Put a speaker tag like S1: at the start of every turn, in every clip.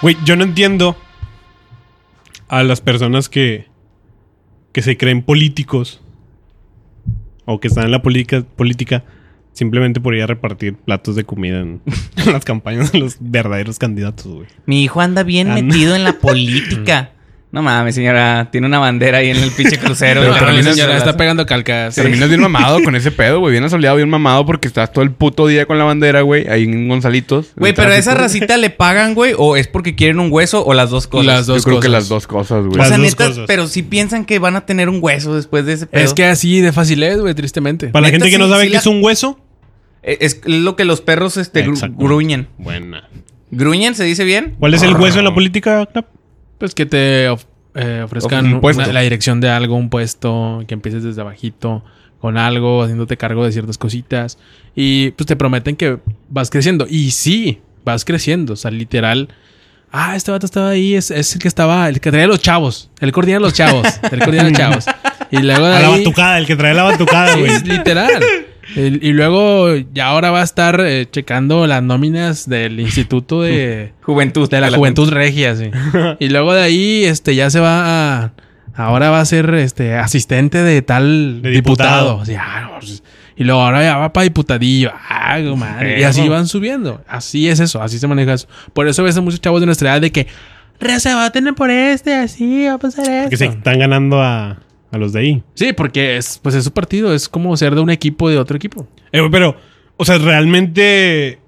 S1: Güey, yo no entiendo a las personas que, que se creen políticos o que están en la política, política simplemente por ir a repartir platos de comida en, en las campañas de los verdaderos candidatos, güey.
S2: Mi hijo anda bien
S1: Anda.
S2: metido en la política. No mames, señora. Tiene una bandera ahí en el pinche crucero.
S3: Pero
S2: güey,
S3: también
S2: con
S3: señora
S2: esas
S3: está
S2: chelas.
S3: pegando calcas.
S4: Terminas bien mamado con ese pedo, güey. Bien asoleado, bien mamado porque estás todo el puto día con la bandera, güey. Ahí en Gonzalitos. en
S2: Güey,
S4: el
S2: pero a esa
S4: tráfico.
S2: racita le pagan, güey, o es porque quieren un hueso o las dos cosas.
S3: Las dos
S4: Yo creo que
S3: cosas.
S4: las dos cosas,
S2: O
S4: güey.
S2: sea,
S1: Las dos
S2: neta,
S1: cosas.
S2: pero si piensan que van a tener un hueso después de ese pedo.
S3: Es que así de fácil es, güey, tristemente.
S1: Para la
S2: Neta,
S1: gente que no
S2: sí-
S1: sabe
S2: sí
S1: que
S2: la-
S1: es un hueso,
S2: eh, Es lo que los perros este, gru-
S1: Exacto.
S2: gruñen.
S1: buena.
S2: ¿Gruñen se dice bien?
S1: ¿Cuál es el hueso en la política, Knap?
S3: Pues que te of- eh, ofrezcan
S4: Un puesto.
S3: una- la dirección de algo, un puesto, que empieces desde abajito con algo, haciéndote cargo de ciertas cositas. Y pues te prometen que vas creciendo. Y sí, vas creciendo. O sea, literal. Ah, este vato estaba ahí, es, es el que estaba, el que traía a los chavos. El coordinador los chavos. El coordinador los chavos. Y luego de
S1: A la
S3: ahí-
S1: batucada, el que trae la batucada,
S3: Sí,
S1: güey.
S3: es literal. El- y luego ya ahora va a estar eh, checando las nóminas del instituto de,
S2: Juventud.
S3: de la juventud regia, sí. Y luego de ahí, este, ya se va a. Ahora va a ser este asistente de tal
S1: De
S3: diputado.
S1: diputado.
S3: Sí, ah, no, pues, y luego ahora ya va para diputadillo. Ah, no madre. Y así van subiendo. Así es eso, así se maneja eso. Por eso ves a muchos chavos de nuestra edad de que Raza, va a tener por este, así, va a pasar esto.
S1: Que se están ganando a, a los de ahí.
S3: Sí, porque es, pues es su partido, es como ser de un equipo de otro equipo.
S1: Eh, güey, pero, o sea, realmente.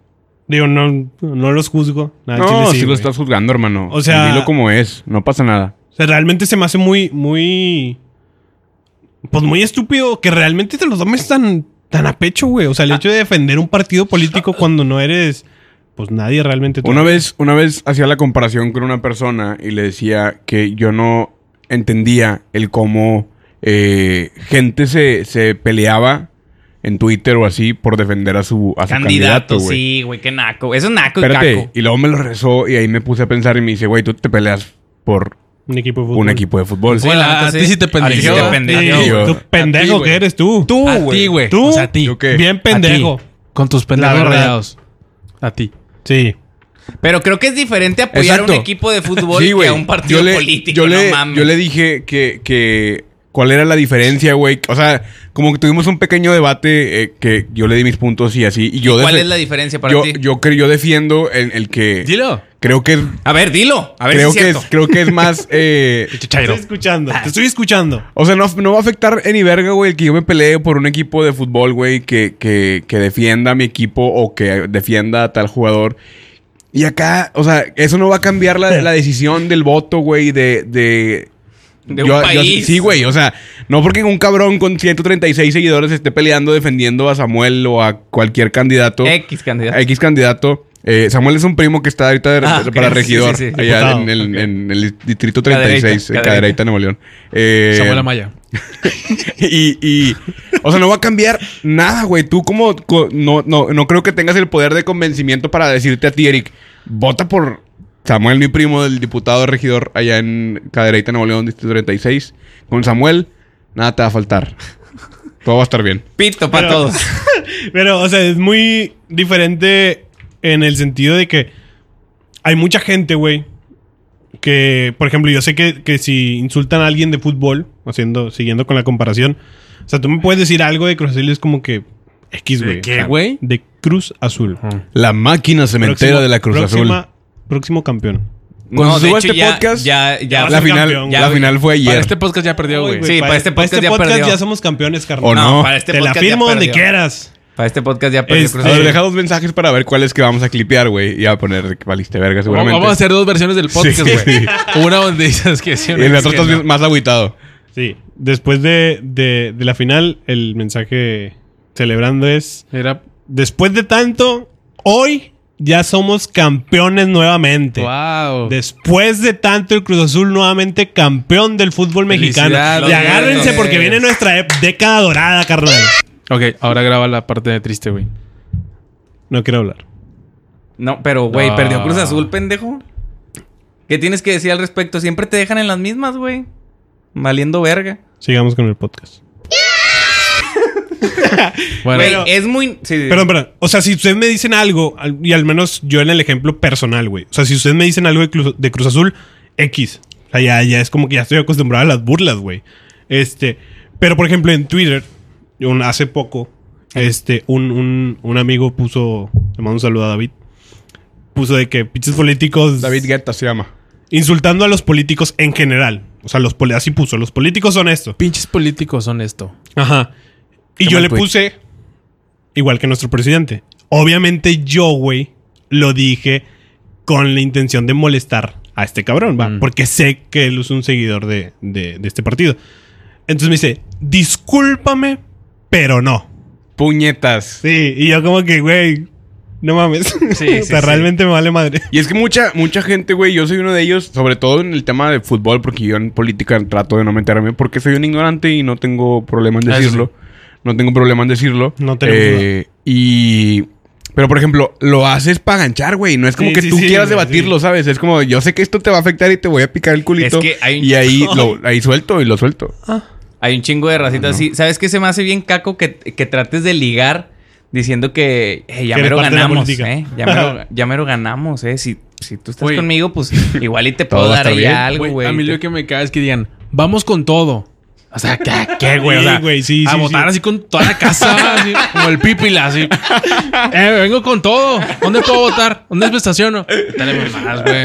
S1: Digo, no, no los juzgo. Nada, al chile
S4: No, si
S1: sí,
S4: lo
S1: güey.
S4: estás juzgando, hermano.
S1: O sea-
S4: Dilo como es. No pasa nada.
S1: O sea, realmente se me hace muy, muy. Pues muy estúpido que realmente te los tomes tan, tan a pecho, güey. O sea,
S3: Ah.
S1: el hecho de defender un partido político cuando no eres. Pues nadie realmente.
S4: Una vez, una vez hacía la comparación con una persona y le decía que yo no entendía el cómo eh, gente se, se peleaba en Twitter o así por defender a su, a su
S2: Candidato,
S4: candidato, güey.
S2: sí, güey, qué naco. Eso es naco y
S4: Espérate.
S2: caco.
S4: Y luego me lo rezó y ahí me puse a pensar y me dice, güey, tú te peleas por
S1: Un equipo de fútbol.
S4: un equipo de fútbol.
S2: Sí, la neta,
S3: a ti
S2: sí.
S3: sí te
S2: A ti sí
S3: pendejeó.
S2: te pendejeó,
S4: Sí,
S2: güey.
S4: yo.
S1: Tú pendejo
S3: güey.
S1: que eres tú.
S2: Tú,
S3: a ti, güey.
S1: Tú.
S3: O sea, a ti.
S4: ¿Yo qué?
S1: Bien pendejo.
S3: A ti. Con tus
S1: La
S3: pendejos
S1: verdad.
S3: rodeados. A ti.
S1: Sí.
S2: Pero creo que es diferente apoyar a un
S4: Exacto.
S2: equipo de fútbol
S4: Sí,
S2: que
S4: güey.
S2: a un partido
S4: Yo le-
S2: político.
S4: Yo
S2: no
S4: le,
S2: mames.
S4: yo le dije que, que cuál era la diferencia, güey. O sea, como que tuvimos un pequeño debate eh, que yo le di mis puntos y así. Y yo
S2: ¿Cuál
S4: defe-
S2: es la diferencia para
S4: yo,
S2: ti?
S4: yo, cre- yo defiendo el, el que.
S3: Dilo.
S4: Creo que es.
S2: A ver, dilo. A ver
S4: creo,
S2: si es
S4: que es
S2: cierto.
S4: creo que es más. eh,
S1: Te estoy escuchando.
S3: Ah.
S1: Te estoy escuchando.
S4: o sea, no, no va a afectar en ni verga, güey, el que yo me pelee por un equipo de fútbol, güey, que, que, que defienda a mi equipo o que defienda a tal jugador. Y acá, o sea, eso no va a cambiar la, la decisión del voto, güey, de, de
S2: De un
S4: Yo- yo-
S2: país.
S4: sí, güey. O sea, no porque un cabrón con 136 seguidores esté peleando defendiendo a Samuel o a cualquier candidato.
S2: X candidato.
S4: A X candidato. Eh, Samuel es un primo que está ahorita de-
S2: Ah, ok.
S4: para
S2: Sí,
S4: regidor
S2: sí, sí.
S4: allá
S1: Diputado.
S4: en el,
S2: Ok.
S4: en el distrito
S2: Cadereyta,
S4: 36, en
S2: Cadereyta.
S4: Cadereyta, Nuevo León. Eh,
S3: Samuel Amaya.
S4: y, y- o sea, no va a cambiar nada, güey. Tú como co- no, no, no creo que tengas el poder de convencimiento para decirte a ti, Eric, vota por Samuel, mi primo, del diputado regidor allá en Cadereyta, Nuevo León, distrito 36. Con Samuel, nada te va a faltar. Todo va a estar bien.
S2: Pito para
S1: Pero-
S2: todos.
S1: Pero, o sea, es muy diferente en el sentido de que hay mucha gente, güey, que, por ejemplo, yo sé que, que si insultan a alguien de fútbol, haciendo, siguiendo con la comparación, o sea, tú me puedes decir algo de Cruz Azul y es como que X, güey.
S3: qué,
S1: o sea,
S3: güey?
S1: De Cruz Azul.
S4: La máquina cementera
S1: Próximo-
S4: de la Cruz
S1: próxima-
S4: Azul.
S1: Próximo campeón.
S4: Cuando
S2: de
S4: suba
S2: hecho,
S4: este
S2: ya-
S4: podcast,
S2: Ya, ya.
S1: va a
S4: la
S1: ser
S4: final,
S1: campeón,
S4: la
S2: güey.
S4: final fue ayer.
S3: Para este podcast ya perdió,
S1: Ay,
S3: güey.
S2: Sí, para este podcast
S1: para este
S2: ya
S1: podcast
S2: perdió.
S1: ya somos campeones,
S4: ¿O
S1: carnal.
S4: no?
S2: para este
S1: Te la
S2: podcast ya
S1: firmo donde
S2: perdió.
S1: quieras.
S2: Para este podcast ya perdió
S1: Este-
S2: Cruz
S4: A ver,
S2: Azul.
S4: deja dos mensajes para ver cuáles que vamos a clipear, güey. Y a poner que valiste verga, seguramente.
S3: Vamos a hacer dos versiones del podcast,
S4: Sí,
S3: güey. Una donde dices que sí.
S4: Y
S3: una
S4: el
S3: que
S4: otro
S3: sí,
S4: estás
S3: no.
S4: más agüitado.
S1: Sí. Después de, de, de la final, el mensaje celebrando es...
S3: Era.
S1: Después de tanto, hoy ya somos campeones nuevamente.
S3: Wow.
S1: Después de tanto, el Cruz Azul nuevamente campeón del fútbol mexicano.
S3: Felicidades.
S1: Y agárrense porque viene nuestra e- década dorada, carnal.
S3: Ok, ahora graba la parte de triste, güey.
S1: No quiero hablar.
S2: No, pero, güey,
S3: No.
S2: perdió Cruz Azul, pendejo. ¿Qué tienes que decir al respecto? Siempre te dejan en las mismas, güey. Valiendo verga.
S1: Sigamos con el podcast.
S3: Bueno,
S2: Güey, es muy. sí, sí.
S1: Perdón, perdón. O sea, si ustedes me dicen algo, al- y al menos yo en el ejemplo personal, güey. O sea, si ustedes me dicen algo de Cruz, de Cruz Azul, X. O sea, ya, ya es como que ya estoy acostumbrado a las burlas, güey. Este. Pero, por ejemplo, en Twitter, un- hace poco, este, un, un- un amigo puso. Le mando un saludo a David. Puso de que pinches políticos.
S4: David Guetta se llama.
S1: Insultando a los políticos en general. O sea, los poli- así puso. Los políticos son esto.
S3: pinches políticos son esto.
S1: Ajá. Y
S4: Qué
S1: yo
S4: mal
S1: le
S4: tweet.
S1: puse, igual que nuestro presidente. Obviamente yo, güey, lo dije con la intención de molestar a este cabrón, ¿va?
S3: Mm.
S1: Porque sé que él es un seguidor de, de- de este partido. Entonces me dice, discúlpame, pero no.
S4: Puñetas.
S1: Sí, y yo como que, güey, no mames.
S2: Sí,
S1: o sea,
S2: sí, sí.
S1: realmente me vale madre.
S4: Y es que mucha, mucha gente, güey, yo soy uno de ellos, sobre todo en el tema de fútbol, porque yo en política trato de no meterme, porque soy un ignorante y no tengo problema en
S3: Ah, eso
S4: decirlo. No tengo problema en decirlo.
S1: No tenemos
S4: Eh, Y. Pero, por ejemplo, lo haces para ganchar, güey. No es como
S1: Sí,
S4: que
S1: sí,
S4: tú
S1: sí,
S4: quieras
S1: güey,
S4: debatirlo, ¿sabes? Es como, yo sé que esto te va a afectar y te voy a picar el culito.
S2: Es que hay un-
S4: Y ahí, lo, ahí suelto y lo suelto.
S2: Hay un chingo de racita así. ¿Sabes qué se me hace bien caco que, que trates de ligar diciendo que eh, ya
S1: Que eres
S2: mero
S1: parte de la
S2: ganamos,
S1: política.
S2: eh? Ya mero, ya mero ganamos, eh. Si, si tú estás
S3: Güey.
S2: conmigo, pues igual y te
S4: Todo
S2: puedo
S4: va a
S2: dar
S4: estar
S2: ahí
S4: bien.
S2: algo,
S3: Güey,
S2: güey.
S3: a mí lo que me cae es que digan, vamos con todo. O sea, ¿qué, qué, güey? O
S1: Sí,
S3: sea,
S1: güey, sí,
S3: a
S1: sí,
S3: votar
S1: sí.
S3: así con toda la casa, así, como el pípila, así. Eh, vengo con todo. ¿Dónde puedo votar? ¿Dónde me estaciono? Dale más, güey.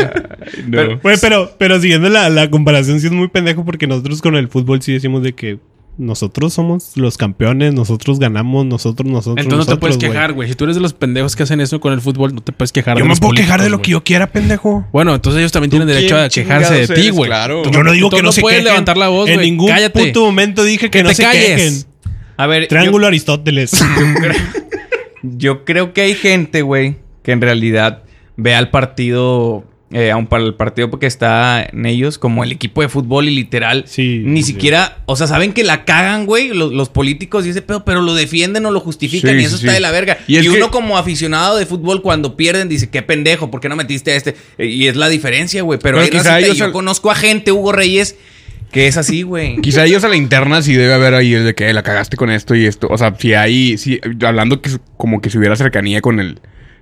S4: Pero-
S1: Güey, pero, pero siguiendo la, la comparación, sí es muy pendejo porque nosotros con el fútbol sí decimos de que nosotros somos los campeones, nosotros ganamos, nosotros, nosotros.
S3: Entonces no te
S1: nosotros,
S3: puedes
S1: güey.
S3: quejar, güey. Si tú eres de los pendejos que hacen eso con el fútbol, no te puedes quejar.
S1: Yo
S3: de
S1: me
S3: los
S1: puedo quejar de lo
S3: políticos,
S1: que yo quiera, pendejo.
S3: güey. Bueno, entonces ellos también tienen derecho a
S4: quién
S3: quejarse de
S4: chingados
S3: ti,
S4: eres?
S3: güey.
S4: Claro.
S3: Tú
S1: Yo no digo
S3: tú
S1: que no, se
S3: puedes
S1: quejen.
S3: levantar la voz,
S1: En
S3: güey.
S1: ningún
S3: Cállate.
S1: puto momento dije que,
S3: Que
S1: no
S3: te
S1: se
S3: calles.
S1: quejen.
S2: A ver, yo,
S1: Triángulo Aristóteles.
S2: yo creo que hay gente, güey, que en realidad ve al partido, eh, aun para el partido porque está en ellos, como el equipo de fútbol y literal.
S1: Sí,
S2: Ni
S1: sí.
S2: siquiera, o sea, saben que la cagan, güey, los, los políticos y ese pedo, pero lo defienden o lo justifican
S4: Sí,
S2: y eso
S4: sí,
S2: está
S4: sí.
S2: de la verga.
S4: Y
S2: Y,
S4: es que-
S2: uno como aficionado de fútbol cuando pierden dice, qué pendejo, ¿por qué no metiste a este? Eh, Y es la diferencia, güey. Pero,
S4: Pero
S2: hay
S4: quizá
S2: racita, y
S4: ellos
S2: yo
S4: al-
S2: conozco a gente, Hugo Reyes, que es así, güey.
S4: Quizá ellos a la interna sí debe haber ahí el de que la cagaste con esto y esto. O sea, si hay, si, hablando que, es como que si hubiera cercanía con el,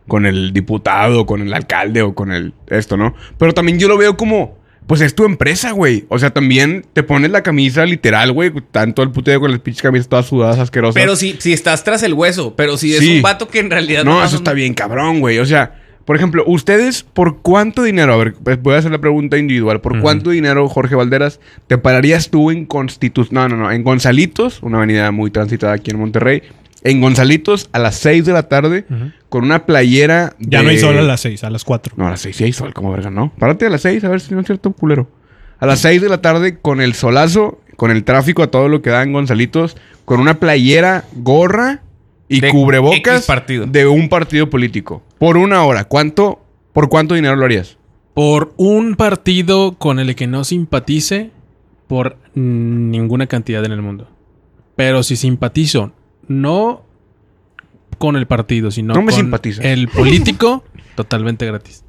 S4: con el diputado, con el alcalde o con el esto, ¿no? Pero también yo lo veo como, pues es tu empresa, güey. O sea, también te pones la camisa literal, güey. Tanto el puteo con las pinches camisas todas sudadas, asquerosas.
S2: Pero si, si estás tras el hueso, pero si es
S4: Sí.
S2: un vato que en realidad
S4: No,
S2: nomás
S4: eso
S2: son-
S4: está bien cabrón, güey. O sea, por ejemplo, ustedes, ¿por cuánto dinero? A ver, pues, voy a hacer la pregunta individual. ¿Por cuánto dinero, Jorge Valderas, te pararías tú en Constitu... No, no, no. En Gonzalitos, una avenida muy transitada aquí en Monterrey. En Gonzalitos, a las 6 de la tarde, con una playera
S1: ya
S4: de-
S1: no hay sol a las seis, a las cuatro.
S4: No, a las 6 sí hay sol, como verga, ¿no? Párate a las 6, a ver si no es cierto, culero. A las 6 de la tarde, con el solazo, con el tráfico a todo lo que da en Gonzalitos, con una playera, gorra y
S2: De
S4: cubrebocas
S2: X partido.
S4: de un partido político. Por una hora, ¿cuánto, por cuánto dinero lo harías?
S3: Por un partido con el que no simpatice por ninguna cantidad en el mundo. Pero si simpatizo, no con el partido, sino
S4: No me
S3: con
S4: simpatizas.
S3: el político, totalmente gratis.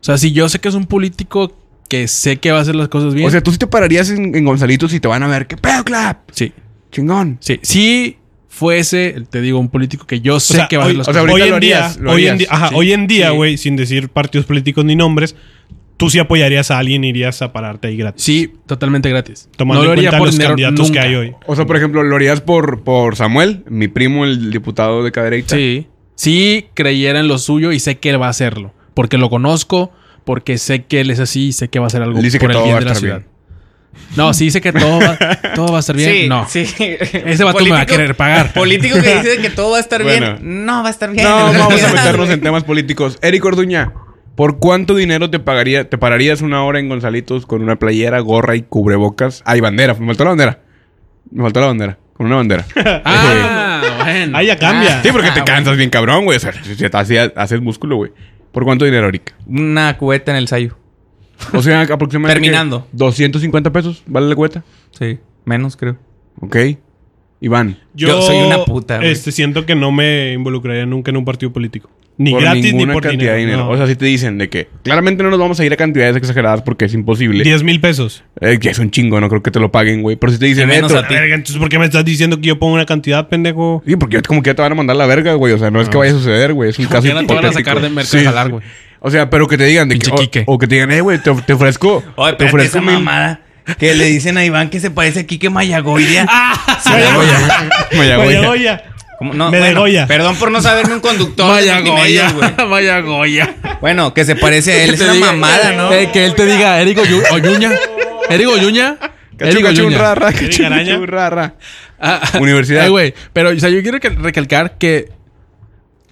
S3: O sea, si yo sé que es un político que sé que va a hacer las cosas bien.
S4: O sea, tú sí te pararías en, en Gonzalitos y te van a ver, ¡qué pedo, clap!
S3: sí,
S4: ¡Chingón!
S3: sí. Si fuese, te digo, un político que yo sé
S1: sea,
S3: que va a
S1: hoy-
S3: hacer las
S4: o sea,
S3: cosas bien.
S1: Hoy
S4: ahorita lo
S1: en, día,
S4: harías, lo
S1: hoy en día,
S4: harías.
S1: ajá,
S4: Sí.
S1: hoy en día,
S4: Sí.
S1: güey, sin decir partidos políticos ni nombres, tú sí apoyarías a alguien, irías a pararte ahí gratis.
S3: Sí, totalmente gratis.
S1: Tomando en cuenta los
S3: dinero
S1: candidatos
S3: nunca.
S1: que hay hoy.
S4: O sea, por ejemplo, lo harías por, por Samuel, mi primo, el diputado de Cadereyta.
S3: Sí. Sí creyera en lo suyo y sé que él va a hacerlo. Porque lo conozco, porque sé que él es así y sé que va a hacer algo
S4: Él dice
S3: por
S4: que
S3: el
S4: todo
S3: bien
S4: va a
S3: de la
S4: estar
S3: ciudad.
S4: bien.
S3: No, sí dice que todo va, todo va a estar bien.
S2: Sí,
S3: no.
S2: sí.
S3: Ese vato me va a querer pagar.
S2: Político que dice que todo va a estar
S4: Bueno.
S2: bien. No, va a estar bien.
S4: No, vamos a meternos en temas políticos. Eric Orduña, ¿por cuánto dinero te pagaría, te pararías una hora en Gonzalitos con una playera, gorra y cubrebocas? Ay, bandera, me faltó la bandera. Me faltó la bandera, con una bandera.
S3: Ah, bueno.
S1: Ah, ya cambia.
S4: Sí, porque te
S2: Mm. Ah,
S4: cansas bien cabrón, güey. O sea, si te hace- haces músculo, güey. ¿Por cuánto dinero, Eric?
S2: Una cubeta en el sayo.
S4: O sea, aproximadamente...
S2: Terminando.
S4: ¿qué? 250 pesos, ¿vale la cueta?
S2: Sí, menos creo.
S4: Ok. Iván,
S2: Yo soy una puta, güey.
S1: Este, siento que no me involucraría nunca en un partido político. Ni gratis ni por dinero.
S4: cantidad de dinero.
S1: no.
S4: O sea, si te dicen de que claramente no nos vamos a ir a cantidades exageradas porque es imposible.
S1: 10 mil pesos.
S4: Eh, que es un chingo, no creo que te lo paguen, güey. Pero si te dicen
S2: Y menos
S4: "Neto,
S2: a ti.
S1: Verga, entonces, ¿por qué me estás diciendo que yo pongo una cantidad, pendejo?
S4: Sí, porque yo- como que ya te van a mandar la verga, güey. O sea, no es que vaya a suceder, güey. Es un caso
S3: Porque Ah. no te van a
S4: hipotético.
S3: sacar de
S4: Sí,
S3: mercado a jalar, güey.
S4: O sea, pero que te digan de que,
S3: Pinche Quique.
S4: o, o que te digan, eh, güey, te, te ofrezco.
S2: Oye,
S4: te
S2: pero
S4: ofrezco
S2: esa
S4: mil-
S2: mamada que le dicen a Iván que se parece a Kike Mayagoya.
S1: ¡Ah!
S4: Mayagoya.
S1: Goya.
S2: ¿Cómo? No,
S1: Me
S2: bueno,
S1: degolla.
S2: Perdón por no saberme un conductor. de multimedios, güey.
S3: Vaya Goya.
S2: Bueno, que se parece a él. Es una mamada, ¿no?
S3: Eh, que él te diga Eric Oyu- Oyuña. Eric Oyuña.
S4: Cachu,
S3: Eric
S4: cachu,
S3: Oyuña.
S4: rara,
S1: Eric
S4: cachu,
S1: Araña.
S4: cachu, rara.
S3: Ah, ah,
S4: Universidad.
S3: eh, güey. Pero, o sea, yo quiero que- recalcar que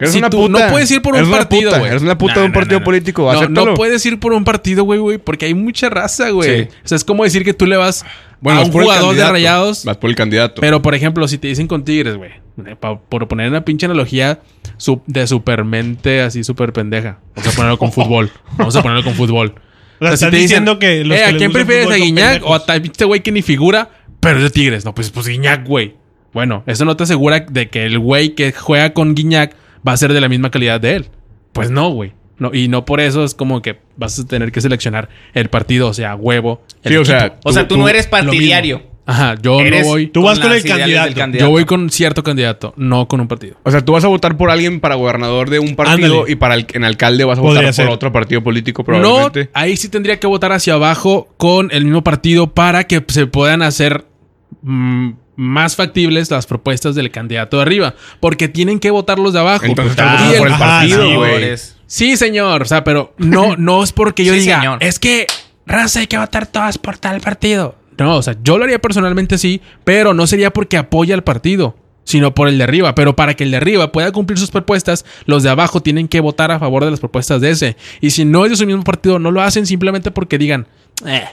S4: Eres
S3: Si
S4: una
S3: tú no
S4: puta.
S3: puedes ir por un
S4: Eres una
S3: partido,
S4: puta,
S3: güey.
S4: Eres una puta
S2: No,
S4: de un
S2: no,
S4: partido
S2: no, no.
S4: político.
S3: no,
S4: acéptalo.
S3: no puedes ir por un partido, güey, güey, porque hay mucha raza, güey.
S4: Sí.
S3: O sea, es como decir que tú le vas a
S4: vas
S3: un
S4: por el
S3: jugador de
S4: candidato.
S3: rayados.
S4: Vas por el candidato.
S3: Pero, por ejemplo, si te dicen con Tigres, güey. eh, pa- Por poner una pinche analogía su- de supermente así súper pendeja. Vamos a ponerlo con fútbol. Vamos a ponerlo con fútbol.
S1: O sea, estás diciendo que los
S3: eh,
S1: que
S3: ¿A
S1: les
S3: quién
S1: gusta el
S3: prefieres? ¿A
S1: fútbol son
S3: Guiñac o a
S1: pendejos?
S3: tal pinche güey que ni figura? Pero es de Tigres. No, pues, pues Guiñac, güey. Bueno, eso no te asegura de que el güey que juega con Guiñac va a ser de la misma calidad de él. Pues no, güey. No, y no por eso es como que vas a tener que seleccionar el partido, o sea, huevo. el
S4: Sí, o sea,
S3: equipo.
S2: O sea, tú, no eres
S3: mismo.
S2: partidario.
S3: Ajá, yo
S2: Eres
S3: no voy.
S1: Tú vas con
S2: las
S1: el
S2: ideales del
S1: candidato.
S3: Yo voy con cierto candidato, no con un partido.
S4: O sea, tú vas a votar por alguien para gobernador de un partido
S1: Ándale.
S4: y para el, en alcalde vas a
S1: Podría
S4: votar por
S1: ser.
S4: otro partido político
S3: No, Ah,
S4: probablemente.
S3: ahí sí tendría que votar hacia abajo con el mismo partido para que se puedan hacer mm, más factibles las propuestas del candidato de arriba, porque tienen que votar los de abajo.
S4: Entonces estás
S3: Y
S1: Ah,
S4: votando
S3: el-
S4: por el
S1: ajá, sí,
S4: partido, güey.
S2: Jugadores.
S3: Sí, señor, o sea, pero no, no es porque yo
S2: Sí,
S3: diga,
S2: señor.
S3: es que raza hay que votar todas por tal partido. No, o sea, yo lo haría personalmente sí, pero no sería porque apoya al partido, sino por el de arriba. Pero para que el de arriba pueda cumplir sus propuestas, los de abajo tienen que votar a favor de las propuestas de ese. Y si no es de su mismo partido, no lo hacen simplemente porque digan, "Eh,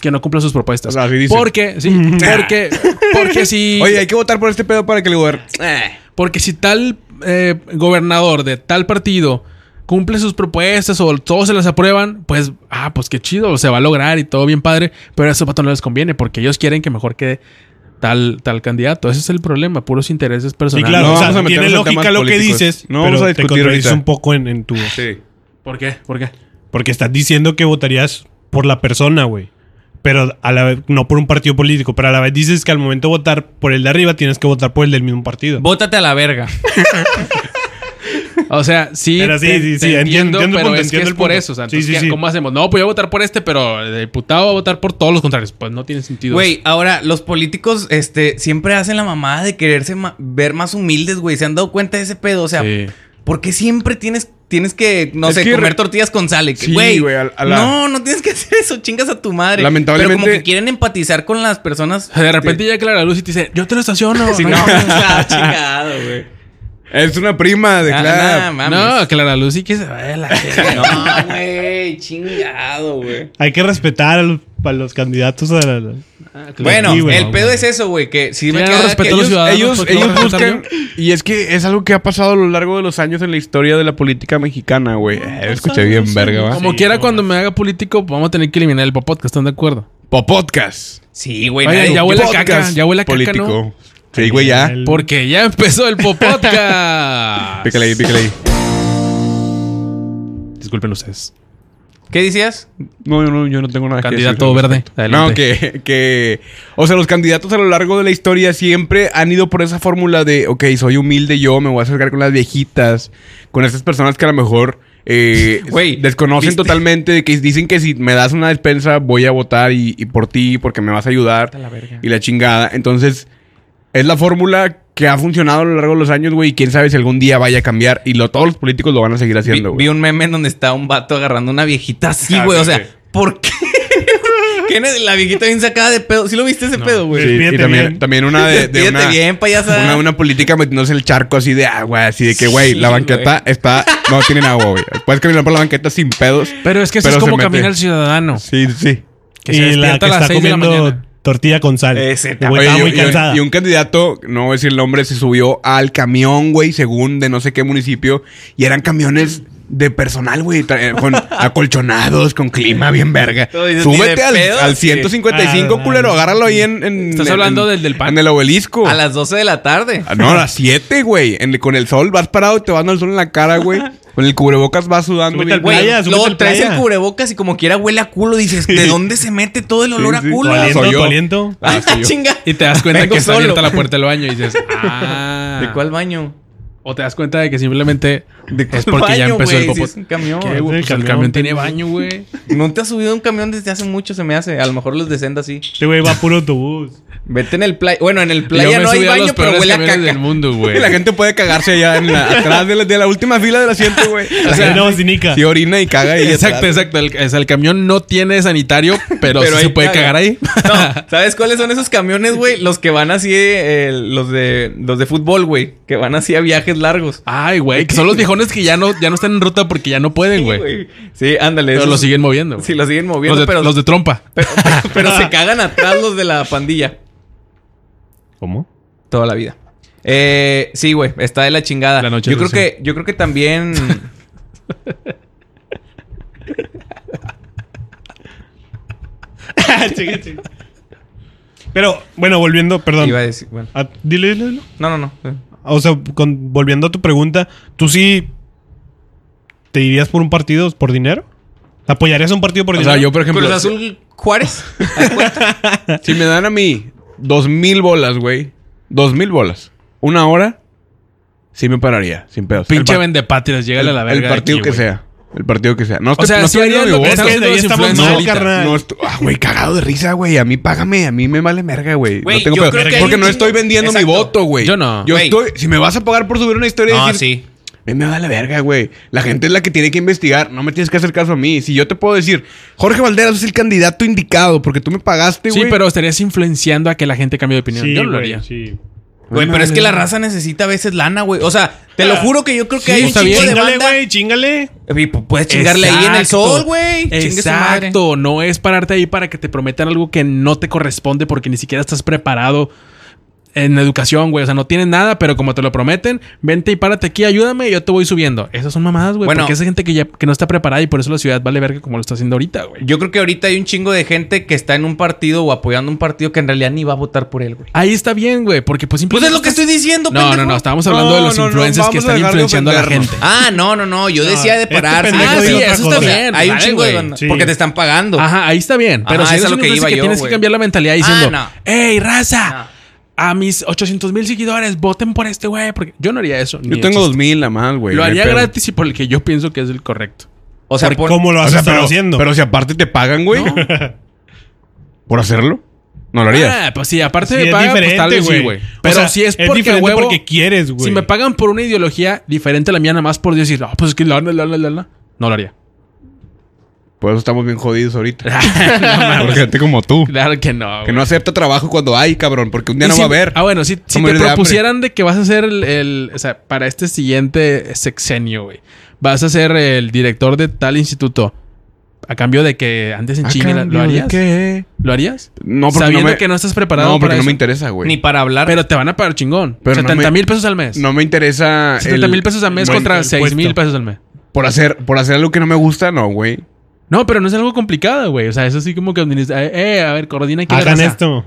S3: que no cumplan sus propuestas.
S4: O sea, así dicen.
S3: porque, sí, porque, porque si...
S4: Oye, hay que votar por este pedo para que el gobernador.
S3: Porque si tal eh, gobernador de tal partido cumple sus propuestas o todos se las aprueban, pues, ah, pues qué chido, se va a lograr y todo bien padre, pero a esos patos no les conviene porque ellos quieren que mejor quede tal, tal candidato. Ese es el problema, puros intereses
S1: Sí,
S3: personales.
S1: claro.
S4: No
S1: o sea,
S4: vamos a meternos
S1: tiene
S4: en
S1: lógica
S4: temas
S1: lo que
S4: políticos.
S1: dices,
S4: No
S1: pero
S4: vamos a
S1: te
S4: discutir
S1: contradices
S4: ahorita.
S1: un poco en, en tu...
S4: Sí.
S3: ¿Por qué? ¿Por qué?
S1: Porque estás diciendo que votarías por la persona, güey. Pero a la vez, no por un partido político, pero a la vez dices que al momento de votar por el de arriba tienes que votar por el del mismo partido.
S2: Bótate a la verga.
S3: O sea, sí,
S1: Pero sí,
S3: te-
S1: sí, sí,
S3: te
S1: entiendo- entiendo
S3: entiendo,
S1: el
S3: pero
S1: punto,
S3: es que
S1: entiendo
S3: es
S1: el
S3: por
S1: punto.
S3: eso. O sea,
S1: Sí,
S3: entonces,
S1: sí,
S3: ¿qué-
S1: sí.
S3: ¿cómo hacemos? No, pues yo voy a votar por este, pero el diputado va a votar por todos los contrarios. Pues no tiene sentido.
S2: Güey, ahora, los políticos este, siempre hacen la mamada de quererse ma- ver más humildes, güey. ¿Se han dado cuenta de ese pedo? O sea,
S3: Sí.
S2: ¿por qué siempre tienes, tienes que, no
S4: Es
S2: sé,
S4: que
S2: comer
S4: re-
S2: tortillas con sal? Que,
S4: Sí,
S2: Güey,
S4: güey, a- a la-
S2: no, no tienes que hacer eso. Chingas a tu madre.
S4: Lamentablemente-
S2: Pero como que quieren empatizar con las personas.
S3: O sea, de repente llega Clara Luz y te dice, yo te lo estaciono.
S2: Sí, no,
S3: No,
S2: está chingado, güey.
S4: Es una prima de
S2: Ah,
S4: Clara.
S2: no, mames.
S3: No, Clara Luz sí que se vaya a la verga.
S2: No, güey, chingado, güey.
S1: Hay que respetar a los, a los candidatos a la-
S2: Bueno,
S1: Sí, güey.
S2: el pedo es eso, güey, que si me
S3: Tiene
S2: caga
S3: respeto
S2: que
S3: a los
S2: ellos-
S3: ciudadanos.
S4: ellos
S3: porque
S4: ellos
S3: no
S4: buscan.
S3: representan
S4: Y es que es algo que ha pasado a lo largo de los años en la historia de la política mexicana, güey. Eh, escuché bien, verga, ¿va?
S3: Como
S1: Sí,
S3: quiera,
S1: no
S3: cuando me haga político, vamos a tener que eliminar el popot, que están de acuerdo.
S4: Popodcast.
S2: Sí, güey,
S3: Oye,
S2: nadie-
S3: ya huele a
S4: Podcast
S3: caca, ya huele a caca,
S4: político.
S3: ¿no?
S4: Sí, güey, ya.
S1: El-
S3: Porque ya empezó el popodcast.
S4: Pícale ahí, pícale ahí.
S3: Disculpen ustedes.
S2: ¿Qué decías?
S4: No, yo no, yo no tengo nada que decir.
S3: Candidato verde. Adelante.
S4: No, que, que. O sea, los candidatos a lo largo de la historia siempre han ido por esa fórmula de, ok, soy humilde yo, me voy a acercar con las viejitas, con esas personas que a lo mejor. eh,
S2: Güey,
S4: desconocen
S2: ¿viste?
S4: totalmente de que dicen que si me das una despensa voy a votar y, y por ti porque me vas a ayudar y la chingada. Entonces, es la fórmula que ha funcionado a lo largo de los años, güey, y quién sabe si algún día vaya a cambiar y lo, todos los políticos lo van a seguir
S2: Vi,
S4: haciendo,
S2: vi
S4: güey.
S2: un meme en donde está un vato agarrando una viejita así,
S4: Ah,
S2: güey,
S4: sí,
S2: o sea,
S4: sí.
S2: ¿por qué? ¿Qué ne- la viejita bien sacada de pedo? ¿Sí lo viste ese pedo, güey?
S4: Sí, y
S1: Despídete
S4: también,
S1: bien.
S4: también
S3: Ah,
S4: una de, de
S2: Despídete
S4: una,
S2: bien, payasa.
S4: Una, una política metiéndose el charco así de agua, así de que, güey, la
S2: Sí,
S4: banqueta está. No tienen agua, güey. Puedes caminar por la banqueta sin pedos.
S3: Pero es que así
S4: Pero
S3: es
S4: se
S3: como
S4: mete.
S3: camina el ciudadano.
S4: Sí, sí.
S3: Que se
S1: y la
S3: despierta
S1: que
S3: a las
S1: está
S3: seis de la
S1: comiendo
S3: mañana.
S1: tortilla con sal.
S4: Eh,
S2: Ese
S1: Güey,
S2: también.
S1: estaba
S4: Oye,
S1: muy
S4: y, y un-
S1: cansada.
S4: y un candidato, no voy a decir el nombre, se subió al camión, güey, según de no sé qué municipio. Y eran camiones de personal, güey. tra- eh, Con acolchonados, con clima bien verga.
S2: Tú dices, ni
S4: Súbete
S2: de
S4: al,
S2: pedo,
S4: al
S2: sí.
S4: 155,
S1: Ah,
S4: culero. Agárralo ahí en... en-
S3: Estás
S4: en-
S3: hablando del- del pan.
S4: En el obelisco.
S2: A las 12 de la tarde.
S4: Ah, No, a las 7, güey. En- Con el sol vas parado, te va dando el sol en la cara, güey. Con el cubrebocas vas sudando.
S1: Súbete
S4: bien.
S1: al
S2: Güey,
S1: Playa, súbete
S2: luego
S1: al
S2: traes
S1: playa.
S2: el cubrebocas y como quiera huele a culo. Dices, ¿de dónde se mete todo el olor
S4: Sí,
S2: a
S4: sí.
S2: culo?
S1: Tu aliento,
S4: soy yo.
S1: tu aliento.
S2: Ah, chinga.
S3: Y te das cuenta
S2: Vengo
S3: que está
S2: solo.
S3: abierta la puerta del baño y dices, ah.
S2: ¿De cuál baño?
S3: O te das cuenta de que simplemente es porque
S2: baño,
S3: ya empezó el
S2: güey? Si
S3: popot.
S2: es un camión.
S3: ¿Qué, güey?
S1: el
S3: Pues el
S1: camión,
S3: camión tiene
S1: pendejo.
S3: baño, güey.
S2: No te has subido a un camión desde hace mucho, se me hace. A lo mejor los de senda sí.
S1: Este güey va puro autobús.
S2: Vete en el playa. Bueno, en el
S3: Yo
S2: playa
S3: me
S2: no
S3: he
S2: hay
S3: subido a
S2: baño,
S3: los
S2: pero
S3: peores
S2: huele a
S3: camiones
S2: caca.
S3: del mundo, güey.
S4: Y la gente puede cagarse allá en la- atrás de la, de la última fila del asiento, güey.
S1: La
S4: O sea,
S1: gente no vacinica.
S4: sí orina y caga ahí
S3: Exacto,
S4: atrás.
S3: exacto. El, o sea, el camión no tiene sanitario,
S4: Pero
S3: pero, sí
S4: ahí
S3: se puede
S4: caga.
S3: cagar ahí.
S2: No, ¿sabes cuáles son esos camiones, güey? Los que van así, eh, los de los de fútbol, güey. Que van así a viajes largos.
S3: Ay, güey. que Son los viejones que ya no, ya no están en ruta porque ya no pueden, güey.
S2: Güey. Sí, ándale.
S3: Pero
S2: esos-
S3: los siguen moviendo. güey.
S2: Sí, los siguen moviendo,
S3: los, de,
S2: pero,
S3: los de trompa.
S2: pero, pero se cagan atrás los de la pandilla.
S1: ¿Cómo?
S2: Toda la vida. Eh, sí, güey, está de la chingada.
S3: La noche
S2: yo
S3: de
S2: creo que, yo creo que también.
S1: Ah, Chinga, chinga. Pero, bueno, volviendo, perdón.
S2: iba a decir. Bueno.
S1: A- dile, dile, dile.
S2: No, no, no.
S1: O sea, con- volviendo a tu pregunta, ¿tú sí te irías por un partido por dinero? ¿Apoyarías un partido por
S4: O
S1: dinero?
S4: sea, yo, por ejemplo,
S2: Cruz Azul Juárez.
S4: si me dan a mí dos mil bolas, güey. Dos mil bolas. Una hora, sí me pararía, sin pedos.
S3: Pinche
S4: El par-
S3: vendepatrias, llégale a la verga.
S4: El
S3: de
S4: partido
S3: aquí,
S4: que Pues,
S3: güey.
S4: sea. El partido que sea. No
S3: O sea,
S4: no
S3: sí harías
S4: hablando de
S3: lo
S4: vos,
S3: que
S1: es
S3: estás
S1: que
S3: haciendo
S1: ahí
S3: de su
S1: estamos
S3: influencer
S1: mal,
S3: ahorita.
S1: carnal.
S4: No, estu- ah, güey, cagado de risa, güey. A mí págame, a mí me vale merga, güey.
S2: Güey,
S4: No tengo
S2: yo
S4: pedo.
S2: creo que hay
S4: Porque
S2: un
S4: no
S2: chingo-
S4: estoy vendiendo mi
S2: Exacto.
S4: voto, güey.
S3: Yo no.
S4: Yo
S2: Güey.
S4: estoy. Si me vas a pagar por subir una historia, y
S3: Ah,
S2: No,
S4: decir,
S2: sí.
S4: a mí me vale verga, güey. La gente es la que tiene que investigar. No me tienes que hacer caso a mí. Si yo te puedo decir, Jorge Valderas es el candidato indicado porque tú me pagaste,
S3: Sí,
S4: güey.
S3: pero estarías influenciando a que la gente cambie de opinión.
S1: Sí,
S3: Yo no lo
S1: güey,
S3: haría.
S1: sí.
S2: Güey, pero es que la raza necesita a veces lana, güey. O sea, te lo juro que yo creo que
S3: Sí,
S2: hay un
S3: está
S2: chingo
S3: bien.
S2: de
S1: Chingale,
S2: banda.
S1: güey, chingale.
S2: Y pu- Puedes chingarle ahí en el
S3: Exacto.
S2: sol, güey. Chingue su madre.
S3: Exacto, no es pararte ahí para que te prometan algo que no te corresponde porque ni siquiera estás preparado en educación, güey. O sea, no tienes nada, pero como te lo prometen, vente y párate aquí, ayúdame y yo te voy subiendo. Esas son mamadas, güey.
S2: Bueno.
S3: porque es gente que ya que no está preparada y por eso la ciudad vale verga como lo está haciendo ahorita, güey.
S2: Yo creo que ahorita hay un chingo de gente que está en un partido o apoyando un partido que en realidad ni va a votar por él, güey.
S3: Ahí está bien, güey, porque
S2: Pues
S3: pues simplemente
S2: es lo que estoy diciendo,
S3: No,
S2: pendejo.
S3: no, no, estábamos hablando de los
S4: No, no, no,
S3: influencers que
S4: vamos a
S3: están
S4: dejar de
S3: influenciando a la
S4: ofendernos.
S3: gente.
S2: Ah, no, no, no. Yo
S1: No,
S2: decía de
S1: este
S2: pararse.
S1: pendejo
S2: Ah,
S1: dijo
S2: sí,
S1: otra
S2: eso está
S1: cosa.
S2: bien. Hay un
S3: Vale,
S2: chingo de
S3: güey.
S2: banda.
S1: Sí.
S2: Porque te están pagando.
S3: Ajá, ahí está bien. Pero
S2: Ajá,
S3: si
S2: es
S3: eres
S2: a lo
S3: un
S2: que
S3: influencer
S2: iba yo,
S3: tienes
S2: güey. Ah,
S3: que cambiar la mentalidad diciendo,
S2: no. Ah,
S3: hey, raza,
S2: No.
S3: a mis 800 mil seguidores, voten por este güey. Porque yo no haría eso. ni
S4: Yo
S3: de
S4: tengo
S3: chiste.
S4: dos mil la más, güey.
S3: Lo
S4: no hay
S3: haría
S4: pedo.
S3: gratis y por el que yo pienso que es el correcto.
S2: O sea, por-
S1: ¿Cómo lo has
S4: O sea,
S1: estado
S4: pero,
S1: haciendo?
S4: pero si aparte te pagan, güey. ¿Por hacerlo? No lo harías.
S3: Ah, pues sí, aparte
S1: Sí,
S3: me
S1: es
S3: pagan, pues
S1: diferente,
S3: tal vez sí,
S1: güey.
S3: güey.
S1: O
S3: Pero
S1: sea,
S3: si es
S1: es
S3: porque,
S1: diferente
S3: huevo,
S1: porque quieres, güey.
S3: Si me pagan por una ideología diferente a la mía, nada más por decir, ah, pues es que la, la, la, la, la", no lo haría.
S4: Por eso estamos bien jodidos ahorita. Por gente como tú.
S3: Claro que no.
S4: Que
S3: güey.
S4: no acepta trabajo cuando hay, cabrón. Porque un día
S3: Y
S4: no
S3: si-
S4: va a haber.
S3: Ah, bueno, si, si
S4: Vamos a
S3: te
S4: morir de hambre.
S3: propusieran de que vas a ser el, el- O sea, para este siguiente sexenio, güey. Vas a ser el director de tal instituto. A cambio de que antes en
S4: ¿A
S3: Chile
S4: cambio
S3: ¿lo
S4: de
S3: harías?
S4: qué?
S3: ¿Lo harías?
S4: No, porque
S3: Sabiendo
S4: no me...
S3: que no estás preparado
S4: No, porque
S3: para
S4: no
S3: eso.
S4: me interesa, güey.
S2: ni para hablar.
S3: Pero te van a pagar chingón.
S4: Pero no me-
S3: 70 mil pesos al mes.
S4: No me interesa.
S3: 70
S4: el-
S3: mil pesos al mes
S4: no,
S3: contra
S1: el
S3: 6 mil
S1: puesto.
S3: pesos al mes.
S4: Por hacer, por hacer algo que no me gusta, no, güey.
S3: No, pero no es algo complicado, güey. O sea, eso sí como que... administra- Eh, eh, a ver, coordina aquí la
S1: Hagan
S3: raza.
S1: esto.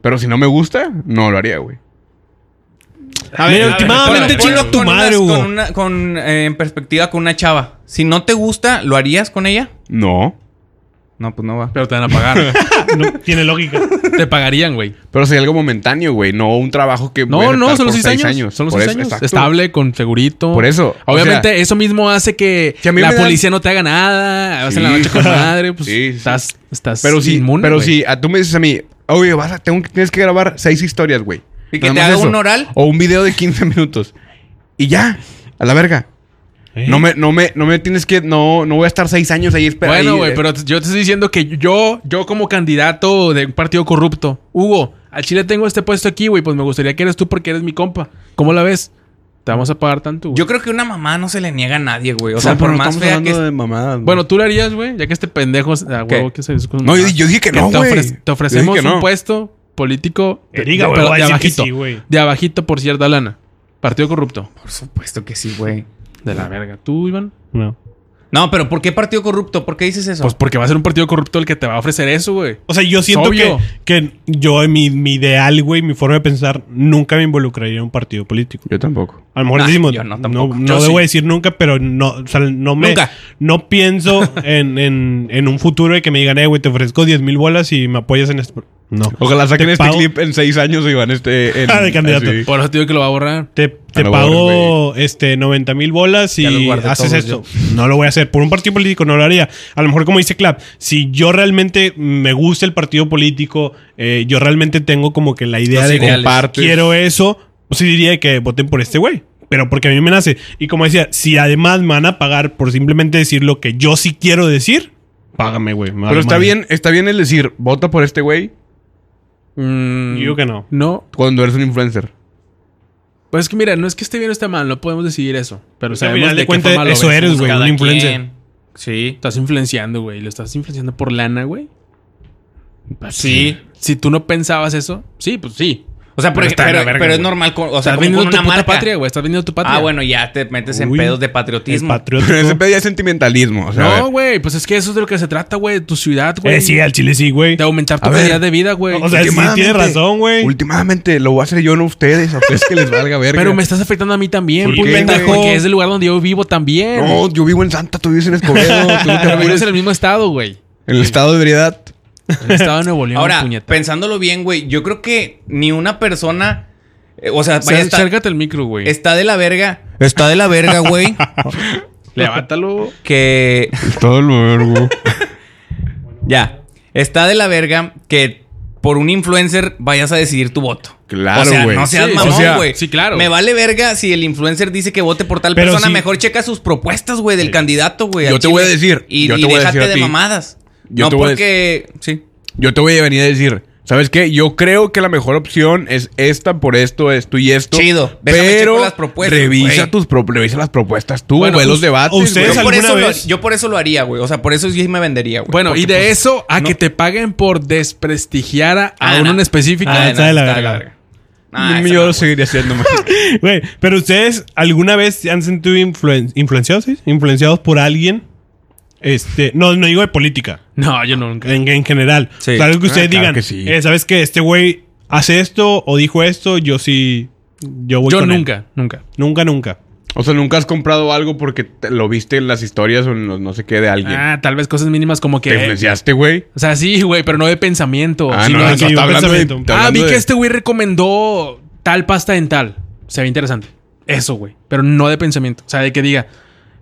S4: Pero si no me gusta, no lo haría, güey.
S1: A ver, últimamente
S2: Ponlo
S1: chinga tu
S2: con
S1: madre,
S2: unas-
S1: Hugo.
S2: Con una, con, eh, en perspectiva con una chava. Si no te gusta, ¿lo harías con ella?
S4: No.
S2: No, pues no va.
S3: Pero te van a pagar.
S1: No tiene lógica.
S3: te pagarían, güey.
S4: Pero sería algo momentáneo, güey. No un trabajo que. voy a
S3: No, no,
S4: aceptar
S3: son los
S4: por
S3: 6 años. Son los
S4: Por
S3: 6
S4: eso,
S3: años.
S4: exacto.
S3: Estable, con segurito.
S4: Por eso, o
S3: Obviamente,
S4: sea-
S3: eso mismo hace que
S4: Si a mí
S3: la
S4: me dan-
S3: policía no te haga nada. Vas en la
S4: Sí,
S3: noche con
S4: ajá.
S3: madre. Pues
S4: Sí, sí, sí.
S3: estás, estás
S4: Pero si,
S3: inmune,
S4: pero
S3: güey.
S4: si a, tú me dices a mí, oye, vas a, tengo, que- tienes que grabar seis historias, güey.
S2: Y que
S4: Nada
S2: te
S4: más
S2: haga un oral.
S4: O un video de 15 minutos. Y ya, a la verga.
S1: Eh,
S4: No me, no me, no me tienes que, no, no voy a estar seis años ahí esperando.
S3: bueno,
S4: ahí,
S3: güey,
S4: eh,
S3: pero t- yo te estoy diciendo que yo, yo como candidato de un partido corrupto, Hugo, al Chile tengo este puesto aquí, güey, pues me gustaría que eres tú porque eres mi compa. ¿Cómo la ves? Te vamos a pagar tanto, güey.
S2: Yo creo que una mamá no se le niega a nadie, güey. O
S4: no,
S2: sea,
S4: pero
S2: por
S4: no
S2: más
S4: estamos
S2: fea que.
S4: hablando de mamadas, güey.
S3: Bueno, tú lo harías, güey, ya que este pendejo, es- a
S2: ¿Qué?
S3: huevo que se discute.
S4: No, yo, yo dije que no,
S3: te,
S4: güey.
S3: ofre- te
S4: Yo
S3: ofrecemos
S4: dije que
S3: un
S4: no.
S3: puesto político.
S1: Que diga, güey,
S3: pero
S1: voy a
S3: de
S1: decir que
S3: abajito.
S1: sí, güey.
S3: de abajito por cierta lana. Partido corrupto.
S2: Por supuesto que sí, güey.
S3: De la verga. ¿Tú, Iván?
S1: No.
S2: No, pero ¿por qué partido corrupto? ¿Por qué dices eso?
S3: Pues porque va a ser un partido corrupto el que te va a ofrecer eso, güey.
S1: O sea, yo siento que,
S3: obvio.
S1: que yo, mi, mi ideal, güey, mi forma de pensar, nunca me involucraría en un partido político.
S4: Yo tampoco.
S1: A lo mejor
S2: Nah,
S1: decimos,
S2: yo
S1: no,
S2: no,
S1: no,
S2: tampoco. Yo
S1: debo
S2: sí.
S1: decir nunca, pero no, o sea, no me,
S2: Nunca.
S1: no pienso en, en, en un futuro de que me digan, eh, güey, te ofrezco 10 mil bolas y me apoyas en esto. No.
S4: Ojalá saquen
S1: Te
S4: este
S1: pago-
S4: clip en seis años y van este. en-
S1: Ah, de candidato.
S4: así.
S3: Por eso te digo que lo va a borrar.
S1: Te,
S2: Ah,
S1: te
S4: lo
S1: pago este 90 mil bolas
S2: Ya los
S1: y
S2: guardé
S1: haces
S2: todos
S1: esto. No lo voy a hacer. Por un partido político no lo haría. A lo mejor, como dice Clap, si yo realmente me gusta el partido político, eh, yo realmente tengo como que la idea
S2: Los
S1: de que
S2: ideales.
S1: compartes. quiero eso, pues sí diría que voten por este güey. Pero porque a mí me nace. Y como decía, si además me van a pagar por simplemente decir lo que yo sí quiero decir, págame, güey. me vale
S4: Pero está
S1: madre.
S4: bien, está bien el decir, vota por este güey
S3: Mm,
S1: Yo digo que no.
S3: No.
S4: cuando eres un influencer.
S3: Pues es que mira, no es que esté bien o esté mal, no podemos decidir eso. Pero
S1: O sea, al
S3: sabemos
S1: final de
S3: de qué
S1: cuentas,
S3: forma lo
S1: eso
S3: ves.
S1: eres, pues, güey,
S2: Cada
S1: un influencer.
S2: quien. Sí.
S3: Estás influenciando, güey. Lo estás influenciando por lana, güey.
S2: Sí.
S3: Si tú no pensabas eso, sí, pues sí.
S2: O sea, por ejemplo,
S3: Pero está de
S2: pero,
S3: la verga,
S2: pero es
S3: güey.
S2: normal. con- o sea, como
S3: estás
S2: con
S3: vendiendo tu
S2: una
S3: puta
S2: marca.
S3: patria, güey. Estás vendiendo tu patria.
S2: Ah, bueno, ya te metes en
S1: Uy,
S2: pedos de
S1: Es
S2: patriotismo.
S1: patriótico.
S4: Pero ese pedo ya es sentimentalismo. O sea, a ver.
S3: No, güey. Pues es que eso es de lo que se trata, güey. De tu ciudad, güey.
S1: Eh, sí, al chile sí, güey.
S3: De aumentar tu
S4: A ver.
S3: calidad de vida, güey.
S1: O sea, sí
S4: Últimamente-
S1: tiene razón, güey.
S4: Últimamente lo voy a hacer yo, no ustedes. A ustedes que les valga verga.
S3: Pero me estás afectando a mí también,
S4: ¿Por
S3: pues,
S4: qué,
S3: pendejo,
S4: güey?
S3: Porque es el lugar donde yo vivo también.
S4: No, yo vivo en Santa, tú vives en Escobedo. tú no te
S3: Pero vivimos
S4: apures.
S3: en el mismo estado, güey.
S4: En el estado de ebriedad.
S3: El estado de Nuevo León,
S2: Ahora,
S3: puñeta.
S2: pensándolo bien, güey, yo creo que ni una persona. eh, o sea, vaya,
S3: Acércate
S2: está,
S3: el micro, güey.
S2: está de la verga. Está de la verga, güey.
S3: Levántalo.
S2: que.
S4: Todo lo vergo.
S2: Ya. Está de la verga que por un influencer vayas a decidir tu voto.
S4: Claro,
S2: O sea,
S4: güey.
S2: no seas
S3: Sí,
S4: o sea,
S2: mamón, güey.
S3: sí, claro.
S2: Me vale verga si el influencer dice que vote por tal
S1: Pero
S2: persona.
S1: sí.
S2: Mejor checa sus propuestas, güey, del candidato, güey.
S4: Yo
S2: al
S4: te voy a
S2: chile.
S4: decir,
S2: Y,
S4: yo
S2: y
S4: te voy a
S2: déjate
S4: decir
S2: de
S4: a ti.
S2: mamadas.
S4: Yo
S2: no
S4: te voy a
S2: porque. Sí.
S4: Yo te voy a venir a decir, ¿sabes qué? Yo creo que la mejor opción es esta por esto, esto y esto.
S2: Chido. Déjame
S4: Pero
S2: checo las propuestas,
S4: revisa
S2: güey.
S4: tus pro- revisa las propuestas tú,
S3: Bueno,
S4: güey, los
S3: us-
S4: debates.
S1: o ustedes
S4: güey.
S2: Yo por,
S1: alguna
S2: eso lo,
S1: vez-
S2: yo por eso lo haría, güey. O sea, por eso sí me vendería, güey.
S3: Bueno, y de eso a que te paguen por desprestigiar a, a
S2: Ah,
S3: uno
S2: no.
S3: en específico.
S1: Ah, está de la verga.
S2: Ah, esa
S4: yo
S2: no,
S4: lo seguiría haciendo más.
S1: Güey, pero ustedes alguna vez se han sentido influen- influenciados, sí? Influenciados por alguien. Este, no, no digo de política,
S3: No, yo nunca.
S1: en, en general.
S2: Sí.
S1: O sea, algo que
S4: Ah,
S1: ustedes
S4: claro
S1: digan,
S4: que sí.
S1: eh, ¿sabes qué? Este güey hace esto o dijo esto, yo sí. Yo voy
S3: Yo
S1: con él.
S3: nunca, nunca.
S1: Nunca, nunca.
S4: O sea, nunca has comprado algo porque te- lo viste en las historias o en los no sé qué de alguien.
S3: Ah, tal vez cosas mínimas como
S4: ¿Te
S3: que.
S4: influenciaste, güey?
S3: O sea, sí, güey, pero no de pensamiento.
S4: Ah,
S3: Sí,
S4: no,
S1: Oh, no,
S4: no,
S1: aquí hay
S4: está
S1: un
S4: hablando de,
S1: pensamiento.
S4: está
S3: Ah, vi
S4: hablando
S3: que
S4: de-
S3: este güey recomendó tal pasta en tal. Se ve interesante. Eso, güey. Pero no de pensamiento. O sea, de que diga,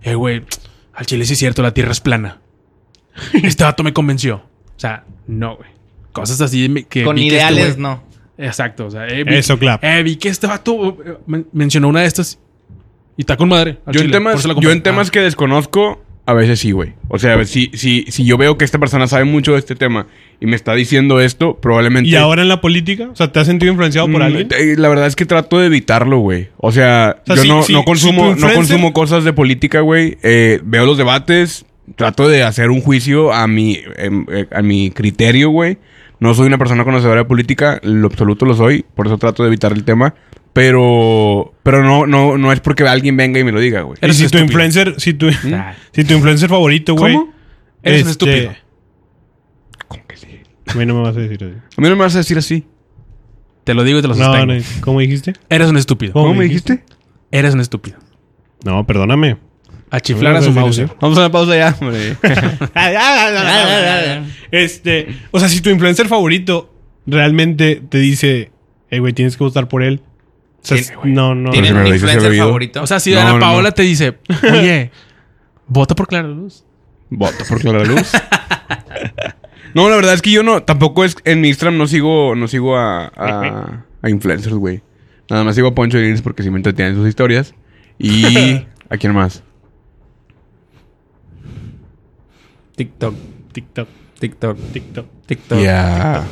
S3: eh, güey, al chile sí es cierto, la tierra es plana. Este dato me convenció. O sea, no, güey. Cosas así me- que.
S2: Con
S3: vi que este
S2: ideales,
S3: güey-
S2: no.
S3: Exacto. O sea, eh, vi,
S1: Eso, clap.
S3: eh, vi que este vato eh, men- mencionó una de estas y está con madre. al
S4: Yo en
S3: chile, por
S4: temas,
S3: eso la
S4: yo
S3: compré.
S4: en temas
S3: Ah,
S4: que desconozco, a veces sí, güey. O sea, a ver, si, si, si yo veo que esta persona sabe mucho de este tema y me está diciendo esto, probablemente...
S1: ¿Y ahora en la política? O sea, ¿te has sentido influenciado por
S4: Mm,
S1: alguien?
S4: eh, La verdad es que trato de evitarlo, güey. O sea,
S1: sea,
S4: yo
S1: si-
S4: no,
S1: si-
S4: no
S1: si tu
S4: consumo, no
S1: influencer-
S4: consumo cosas de política, güey. Eh, veo los debates, trato de hacer un juicio a mi, em, eh, a mi criterio, güey. No soy una persona conocedora de política, lo absoluto lo soy, por eso trato de evitar el tema. Pero, pero no, no, no es porque alguien venga y me lo diga, güey.
S1: Y
S3: Eres
S1: si tu
S3: estúpido.
S1: influencer, si tu,
S3: Ah.
S1: si tu influencer favorito, güey. este,
S4: ¿Cómo?
S3: Eres un estúpido.
S4: ¿Cómo que sí?
S1: A mí no me vas a decir así.
S4: A mí no me vas a decir así.
S3: Ah, Te lo digo y te lo
S1: No,
S3: sostengo.
S1: no, ¿cómo dijiste?
S3: Eres un estúpido.
S1: ¿Cómo
S4: ¿Cómo
S1: me
S4: me Oh, dijiste?
S3: Eres un estúpido.
S1: No, perdóname.
S3: A chiflar
S1: No
S3: a
S1: me
S3: su
S1: vas a
S3: mouse. ¿eh?
S1: decir
S4: Vamos a una pausa ya, hombre.
S1: Este, o sea, si tu influencer favorito realmente te dice, eh, güey, tienes que votar por él. O sea,
S2: Tiene,
S1: es-
S2: güey.
S1: no, no.
S2: ¿Tienes
S4: pero
S2: un
S4: lo dices al
S2: influencer
S4: oído.
S2: favorito?
S3: O sea, si
S4: No,
S3: Ana
S4: no,
S3: Paola
S4: no.
S3: te dice, oye, vota por Clara Luz.
S4: Voto por Clara Luz. no, la verdad es que yo no, tampoco es, en mi Instagram no sigo, no sigo a, a, a influencers, güey. Nada más sigo a Poncho Iris porque sí me entretienen sus historias. Y a quién más.
S2: TikTok,
S1: TikTok,
S2: TikTok,
S1: TikTok.
S2: TikTok.
S4: Y a... ¿A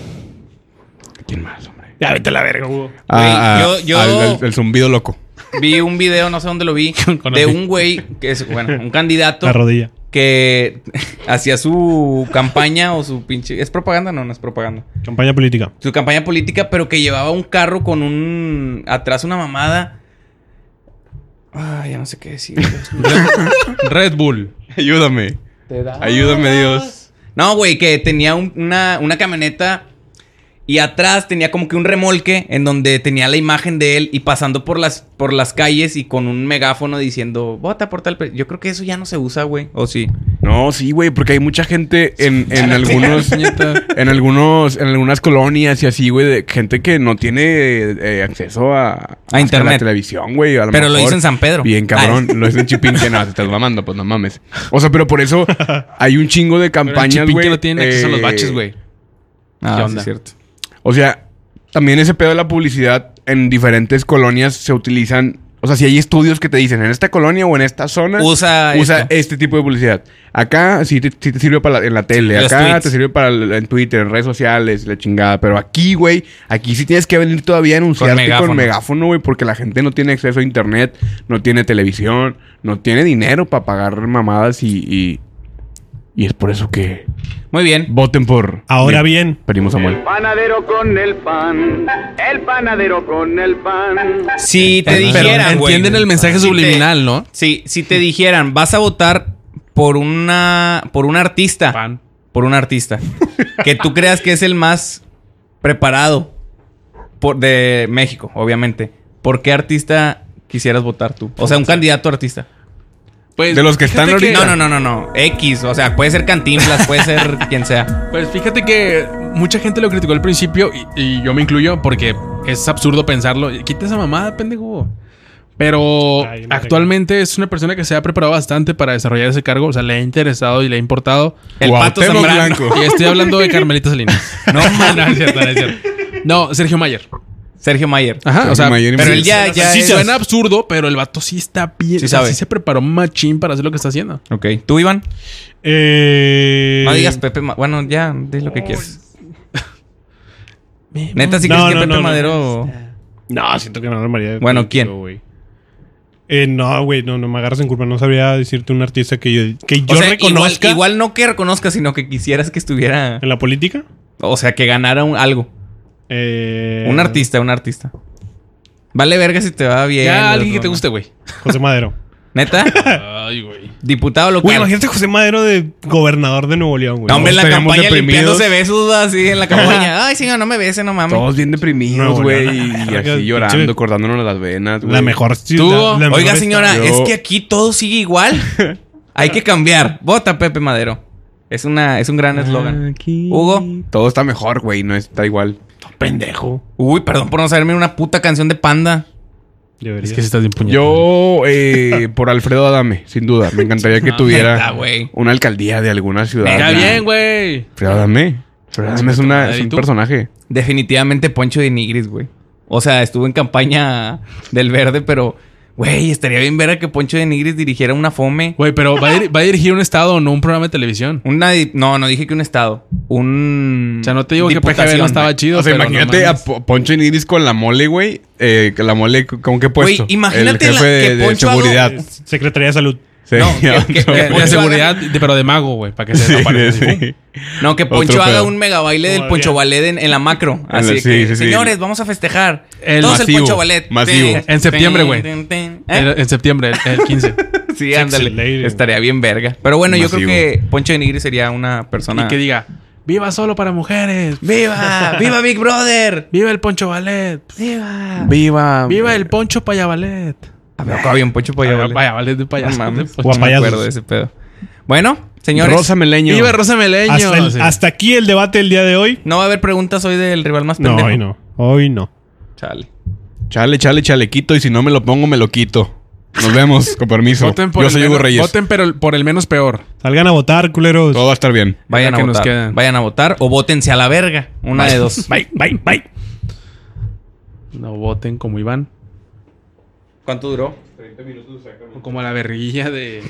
S4: quién más, hombre?
S1: Ya vete a la verga, Hugo.
S4: A-
S2: yo-
S4: a-
S2: yo-
S4: al- al- el zumbido loco.
S2: Vi un video, no sé dónde lo vi,
S1: Con
S2: de
S1: la-
S2: un güey que es, bueno, un candidato
S1: La rodilla.
S2: que hacía su campaña o su pinche. ¿Es propaganda? No, no es propaganda.
S1: Campaña política.
S2: Su campaña política, pero que llevaba un carro con un. atrás una mamada. Ah, ya no sé qué decir. Dios mío.
S4: Red Bull. Ayúdame.
S2: Te da-
S4: Ayúdame, Dios.
S2: No, güey, que tenía un- una, una camioneta y atrás tenía como que un remolque en donde tenía la imagen de él y pasando por las, por las calles y con un megáfono diciendo, vota por tal... pe-". Yo creo que eso ya no se usa, güey. ¿O sí?
S4: No, sí, güey, porque hay mucha gente en, en algunos.
S3: Puñeta.
S4: En algunos, en algunas colonias y así, güey, de gente que no tiene eh, acceso a, hasta la
S2: internet.
S4: televisión, güey. a
S2: Pero lo
S4: mejor.
S2: hizo en San Pedro.
S4: Bien, cabrón.
S2: Ah,
S4: Lo hizo en Chipín, que no, te estás mamando, pues no mames. O sea, pero por eso hay un chingo de
S3: Pero el
S4: campañas,
S3: chipín
S4: güey.
S3: que no tienen acceso a los
S4: eh,
S3: baches, güey.
S2: Ah,
S3: ¿Qué
S2: sí,
S3: onda?
S2: es cierto.
S4: O sea, también ese pedo de la publicidad en diferentes colonias se utilizan. O sea, si hay estudios que te dicen en esta colonia o en esta zona,
S2: Usa
S4: usa
S2: esto.
S4: este tipo de publicidad. Acá sí te, sí te sirve para la- en la tele,
S2: Los
S4: acá
S2: tweets.
S4: te sirve para el- en Twitter, en redes sociales, la chingada. Pero aquí, güey, aquí sí tienes que venir todavía a anunciarte con megáfono.
S2: megáfono.
S4: güey, porque la gente no tiene acceso a internet, no tiene televisión, no tiene dinero para pagar mamadas y, y, y es por eso que
S2: Muy bien.
S4: voten por.
S1: Ahora
S4: mi
S1: bien,
S4: Primo Samuel.
S5: Panadero con el pan, el panadero con el pan.
S2: Si te
S3: Eh, Pero
S2: dijeran, güey.
S3: entienden el mensaje
S2: Si te-
S3: subliminal, ¿no?
S2: Sí, si te dijeran, vas a votar por una por un artista,
S3: Pan.
S2: por un artista que tú creas que es el más preparado por, de México, obviamente. ¿Por qué artista quisieras votar tú? O sea, un candidato artista.
S3: Pues,
S4: De los que están
S3: fíjate
S4: ahorita.
S2: No, no, no, no, no. X, o sea, puede ser Cantinflas, puede ser quien sea.
S3: Pues fíjate que mucha gente lo criticó al principio y, y yo me incluyo porque es absurdo pensarlo. Quita esa mamada, pendejo. Pero
S1: Ay, no te
S3: actualmente es una persona que se ha preparado bastante para desarrollar ese cargo. O sea, le ha interesado y le ha importado.
S2: El Pato
S4: Cuauhtémoc
S2: Zambrano.
S4: Blanco.
S3: Y estoy hablando de Carmelita Salinas. No, no es cierto, no es cierto. No, Sergio Mayer.
S2: Sergio Mayer.
S3: Ajá, o sea,
S4: Mayer y
S2: Pero él
S4: Mendoza.
S2: ya, ya
S3: Ah, sí
S2: es-
S3: suena pues. absurdo, pero el vato sí está bien.
S2: Sí
S3: o sea,
S2: sabe.
S3: sí se preparó machín para hacer lo que está haciendo.
S2: Ok. ¿Tú, Iván?
S1: eh,
S2: No digas Pepe... Ma- Bueno, ya, di lo que quieras. Neta, sí
S1: No,
S2: crees que
S1: no,
S2: Pepe
S1: no, no.
S2: Madero...
S1: No, siento que no armaría. de
S2: Bueno,
S1: político,
S2: ¿quién?
S1: güey. Eh, no, güey, no, no me agarras en culpa. No sabría decirte un artista que yo, que yo
S2: O sea,
S1: reconozca
S2: Igual, igual no que reconozca, sino que quisieras que estuviera.
S1: en la política.
S2: O sea, que ganara un- algo.
S1: Eh,
S2: Un artista, un artista. Vale verga si te va bien.
S3: ya
S2: los
S3: alguien que te
S2: demás.
S3: guste, güey.
S1: José Madero.
S2: Neta,
S3: Ay, güey.
S2: diputado local.
S1: Güey, imagínate a José Madero de gobernador de Nuevo León, güey.
S2: No, hombre, en la
S4: Estaríamos
S2: campaña
S4: deprimidos.
S2: limpiándose besos así en la campaña. Ay, señor, no me bese, no mames.
S4: Todos bien deprimidos,
S1: No,
S4: güey,
S1: no, no,
S4: y
S1: no,
S4: así
S1: no, no,
S4: llorando,
S1: pinche-
S4: cortándonos las venas, güey.
S1: La mejor
S3: Tú,
S1: ciudad. la
S2: Oiga,
S1: mejor
S2: señora,
S1: estadio.
S2: es que aquí todo sigue igual. Hay que cambiar. Vota Pepe Madero. Es, una, es un gran eslogan. Hugo.
S4: Todo está mejor, güey, no está igual.
S1: Pendejo.
S2: Uy, perdón por no saberme una puta canción de panda.
S1: Debería.
S3: Es que si estás bien puñetón.
S4: Yo, eh, por Alfredo Adame, sin duda. Me encantaría que
S2: neta,
S4: tuviera
S2: güey.
S4: una alcaldía de alguna ciudad.
S3: Está
S4: güey.
S3: bien, güey.
S4: Alfredo Adame. Alfredo Adame es, una, es
S3: ¿Y
S4: un
S3: tú?
S4: personaje.
S2: Definitivamente Poncho de Nigris, güey. O sea, estuvo en campaña del verde, pero, güey, estaría bien ver a que Poncho de Nigris dirigiera una fome.
S3: Güey, pero va a, dir- va a dirigir un estado, no un programa de televisión.
S2: Una di- no, no dije que un estado. Un.
S3: O sea, no te digo que PGB
S2: diputación,
S3: no estaba
S2: güey.
S3: chido.
S4: o sea,
S3: pero
S4: imagínate
S3: no
S4: a
S3: mames.
S4: Po- Poncho Nigris con la mole, güey. Eh, que la mole, ¿con qué puesto?
S2: Güey, imagínate
S4: El jefe
S2: la- que
S4: de, de
S2: Poncho haga-
S4: seguridad.
S1: Secretaría de Salud.
S4: Sí,
S2: No, que- que- que-
S4: güey.
S3: Eh, De seguridad, de- pero de mago, güey, para que se
S4: Sí,
S3: desaparezca.
S4: sí.
S2: No, que Poncho
S4: Otro
S2: haga
S4: pedo.
S2: un mega baile del
S1: Como
S2: Poncho
S1: había-
S2: Ballet en, en la macro.
S4: la-
S2: Así de
S4: sí,
S2: que,
S4: sí, sí.
S2: señores, vamos a festejar.
S3: El
S2: Todos el
S4: masivo,
S2: Poncho Ballet.
S4: masivo.
S2: Ten,
S3: En septiembre,
S2: ten,
S3: güey.
S2: ten, ten. ¿Eh?
S3: El- en septiembre, el, el 15.
S2: Sí,
S1: Sexy
S2: ándale.
S1: lady, güey.
S2: Estaría bien verga. Pero bueno, yo creo
S4: Masivo.
S2: que Poncho de Nigris sería una persona.
S3: y que diga, viva solo para mujeres.
S2: ¡Viva! ¡Viva Big Brother!
S3: Viva el poncho ballet.
S2: ¡Viva!
S4: Viva.
S3: Viva el poncho paya ballet.
S2: Me acuerdo, había un poncho
S3: Paya
S2: payaso.
S3: Paya ballet de
S2: No
S3: payaso.
S2: mames,
S3: De
S2: no
S3: poncho.
S2: me
S1: Guapayazos.
S2: acuerdo de ese pedo. Bueno, señores.
S4: Rosa Meleño.
S3: Viva Rosa Meleño.
S1: Hasta, el-
S3: Sí.
S1: hasta aquí el debate del día de hoy.
S2: No va a haber preguntas hoy del rival más
S1: No,
S2: pendejo.
S1: hoy no. Hoy no.
S2: Chale.
S4: Chale, chale, chalequito. Y si no me lo pongo, me lo quito. Nos vemos, con permiso.
S3: Voten por
S4: Yo
S3: el
S4: soy Hugo
S3: menos-
S4: Reyes.
S3: Voten pero el- por el menos peor.
S1: Salgan a votar, culeros.
S4: Todo va a estar bien.
S2: Vayan
S3: la
S2: a
S3: que nos
S2: votar.
S3: queda.
S2: Vayan a votar o votense a la verga. Una de dos.
S1: Bye, bye, bye.
S3: No voten como Iván.
S2: ¿Cuánto duró?
S3: O como la verguilla de...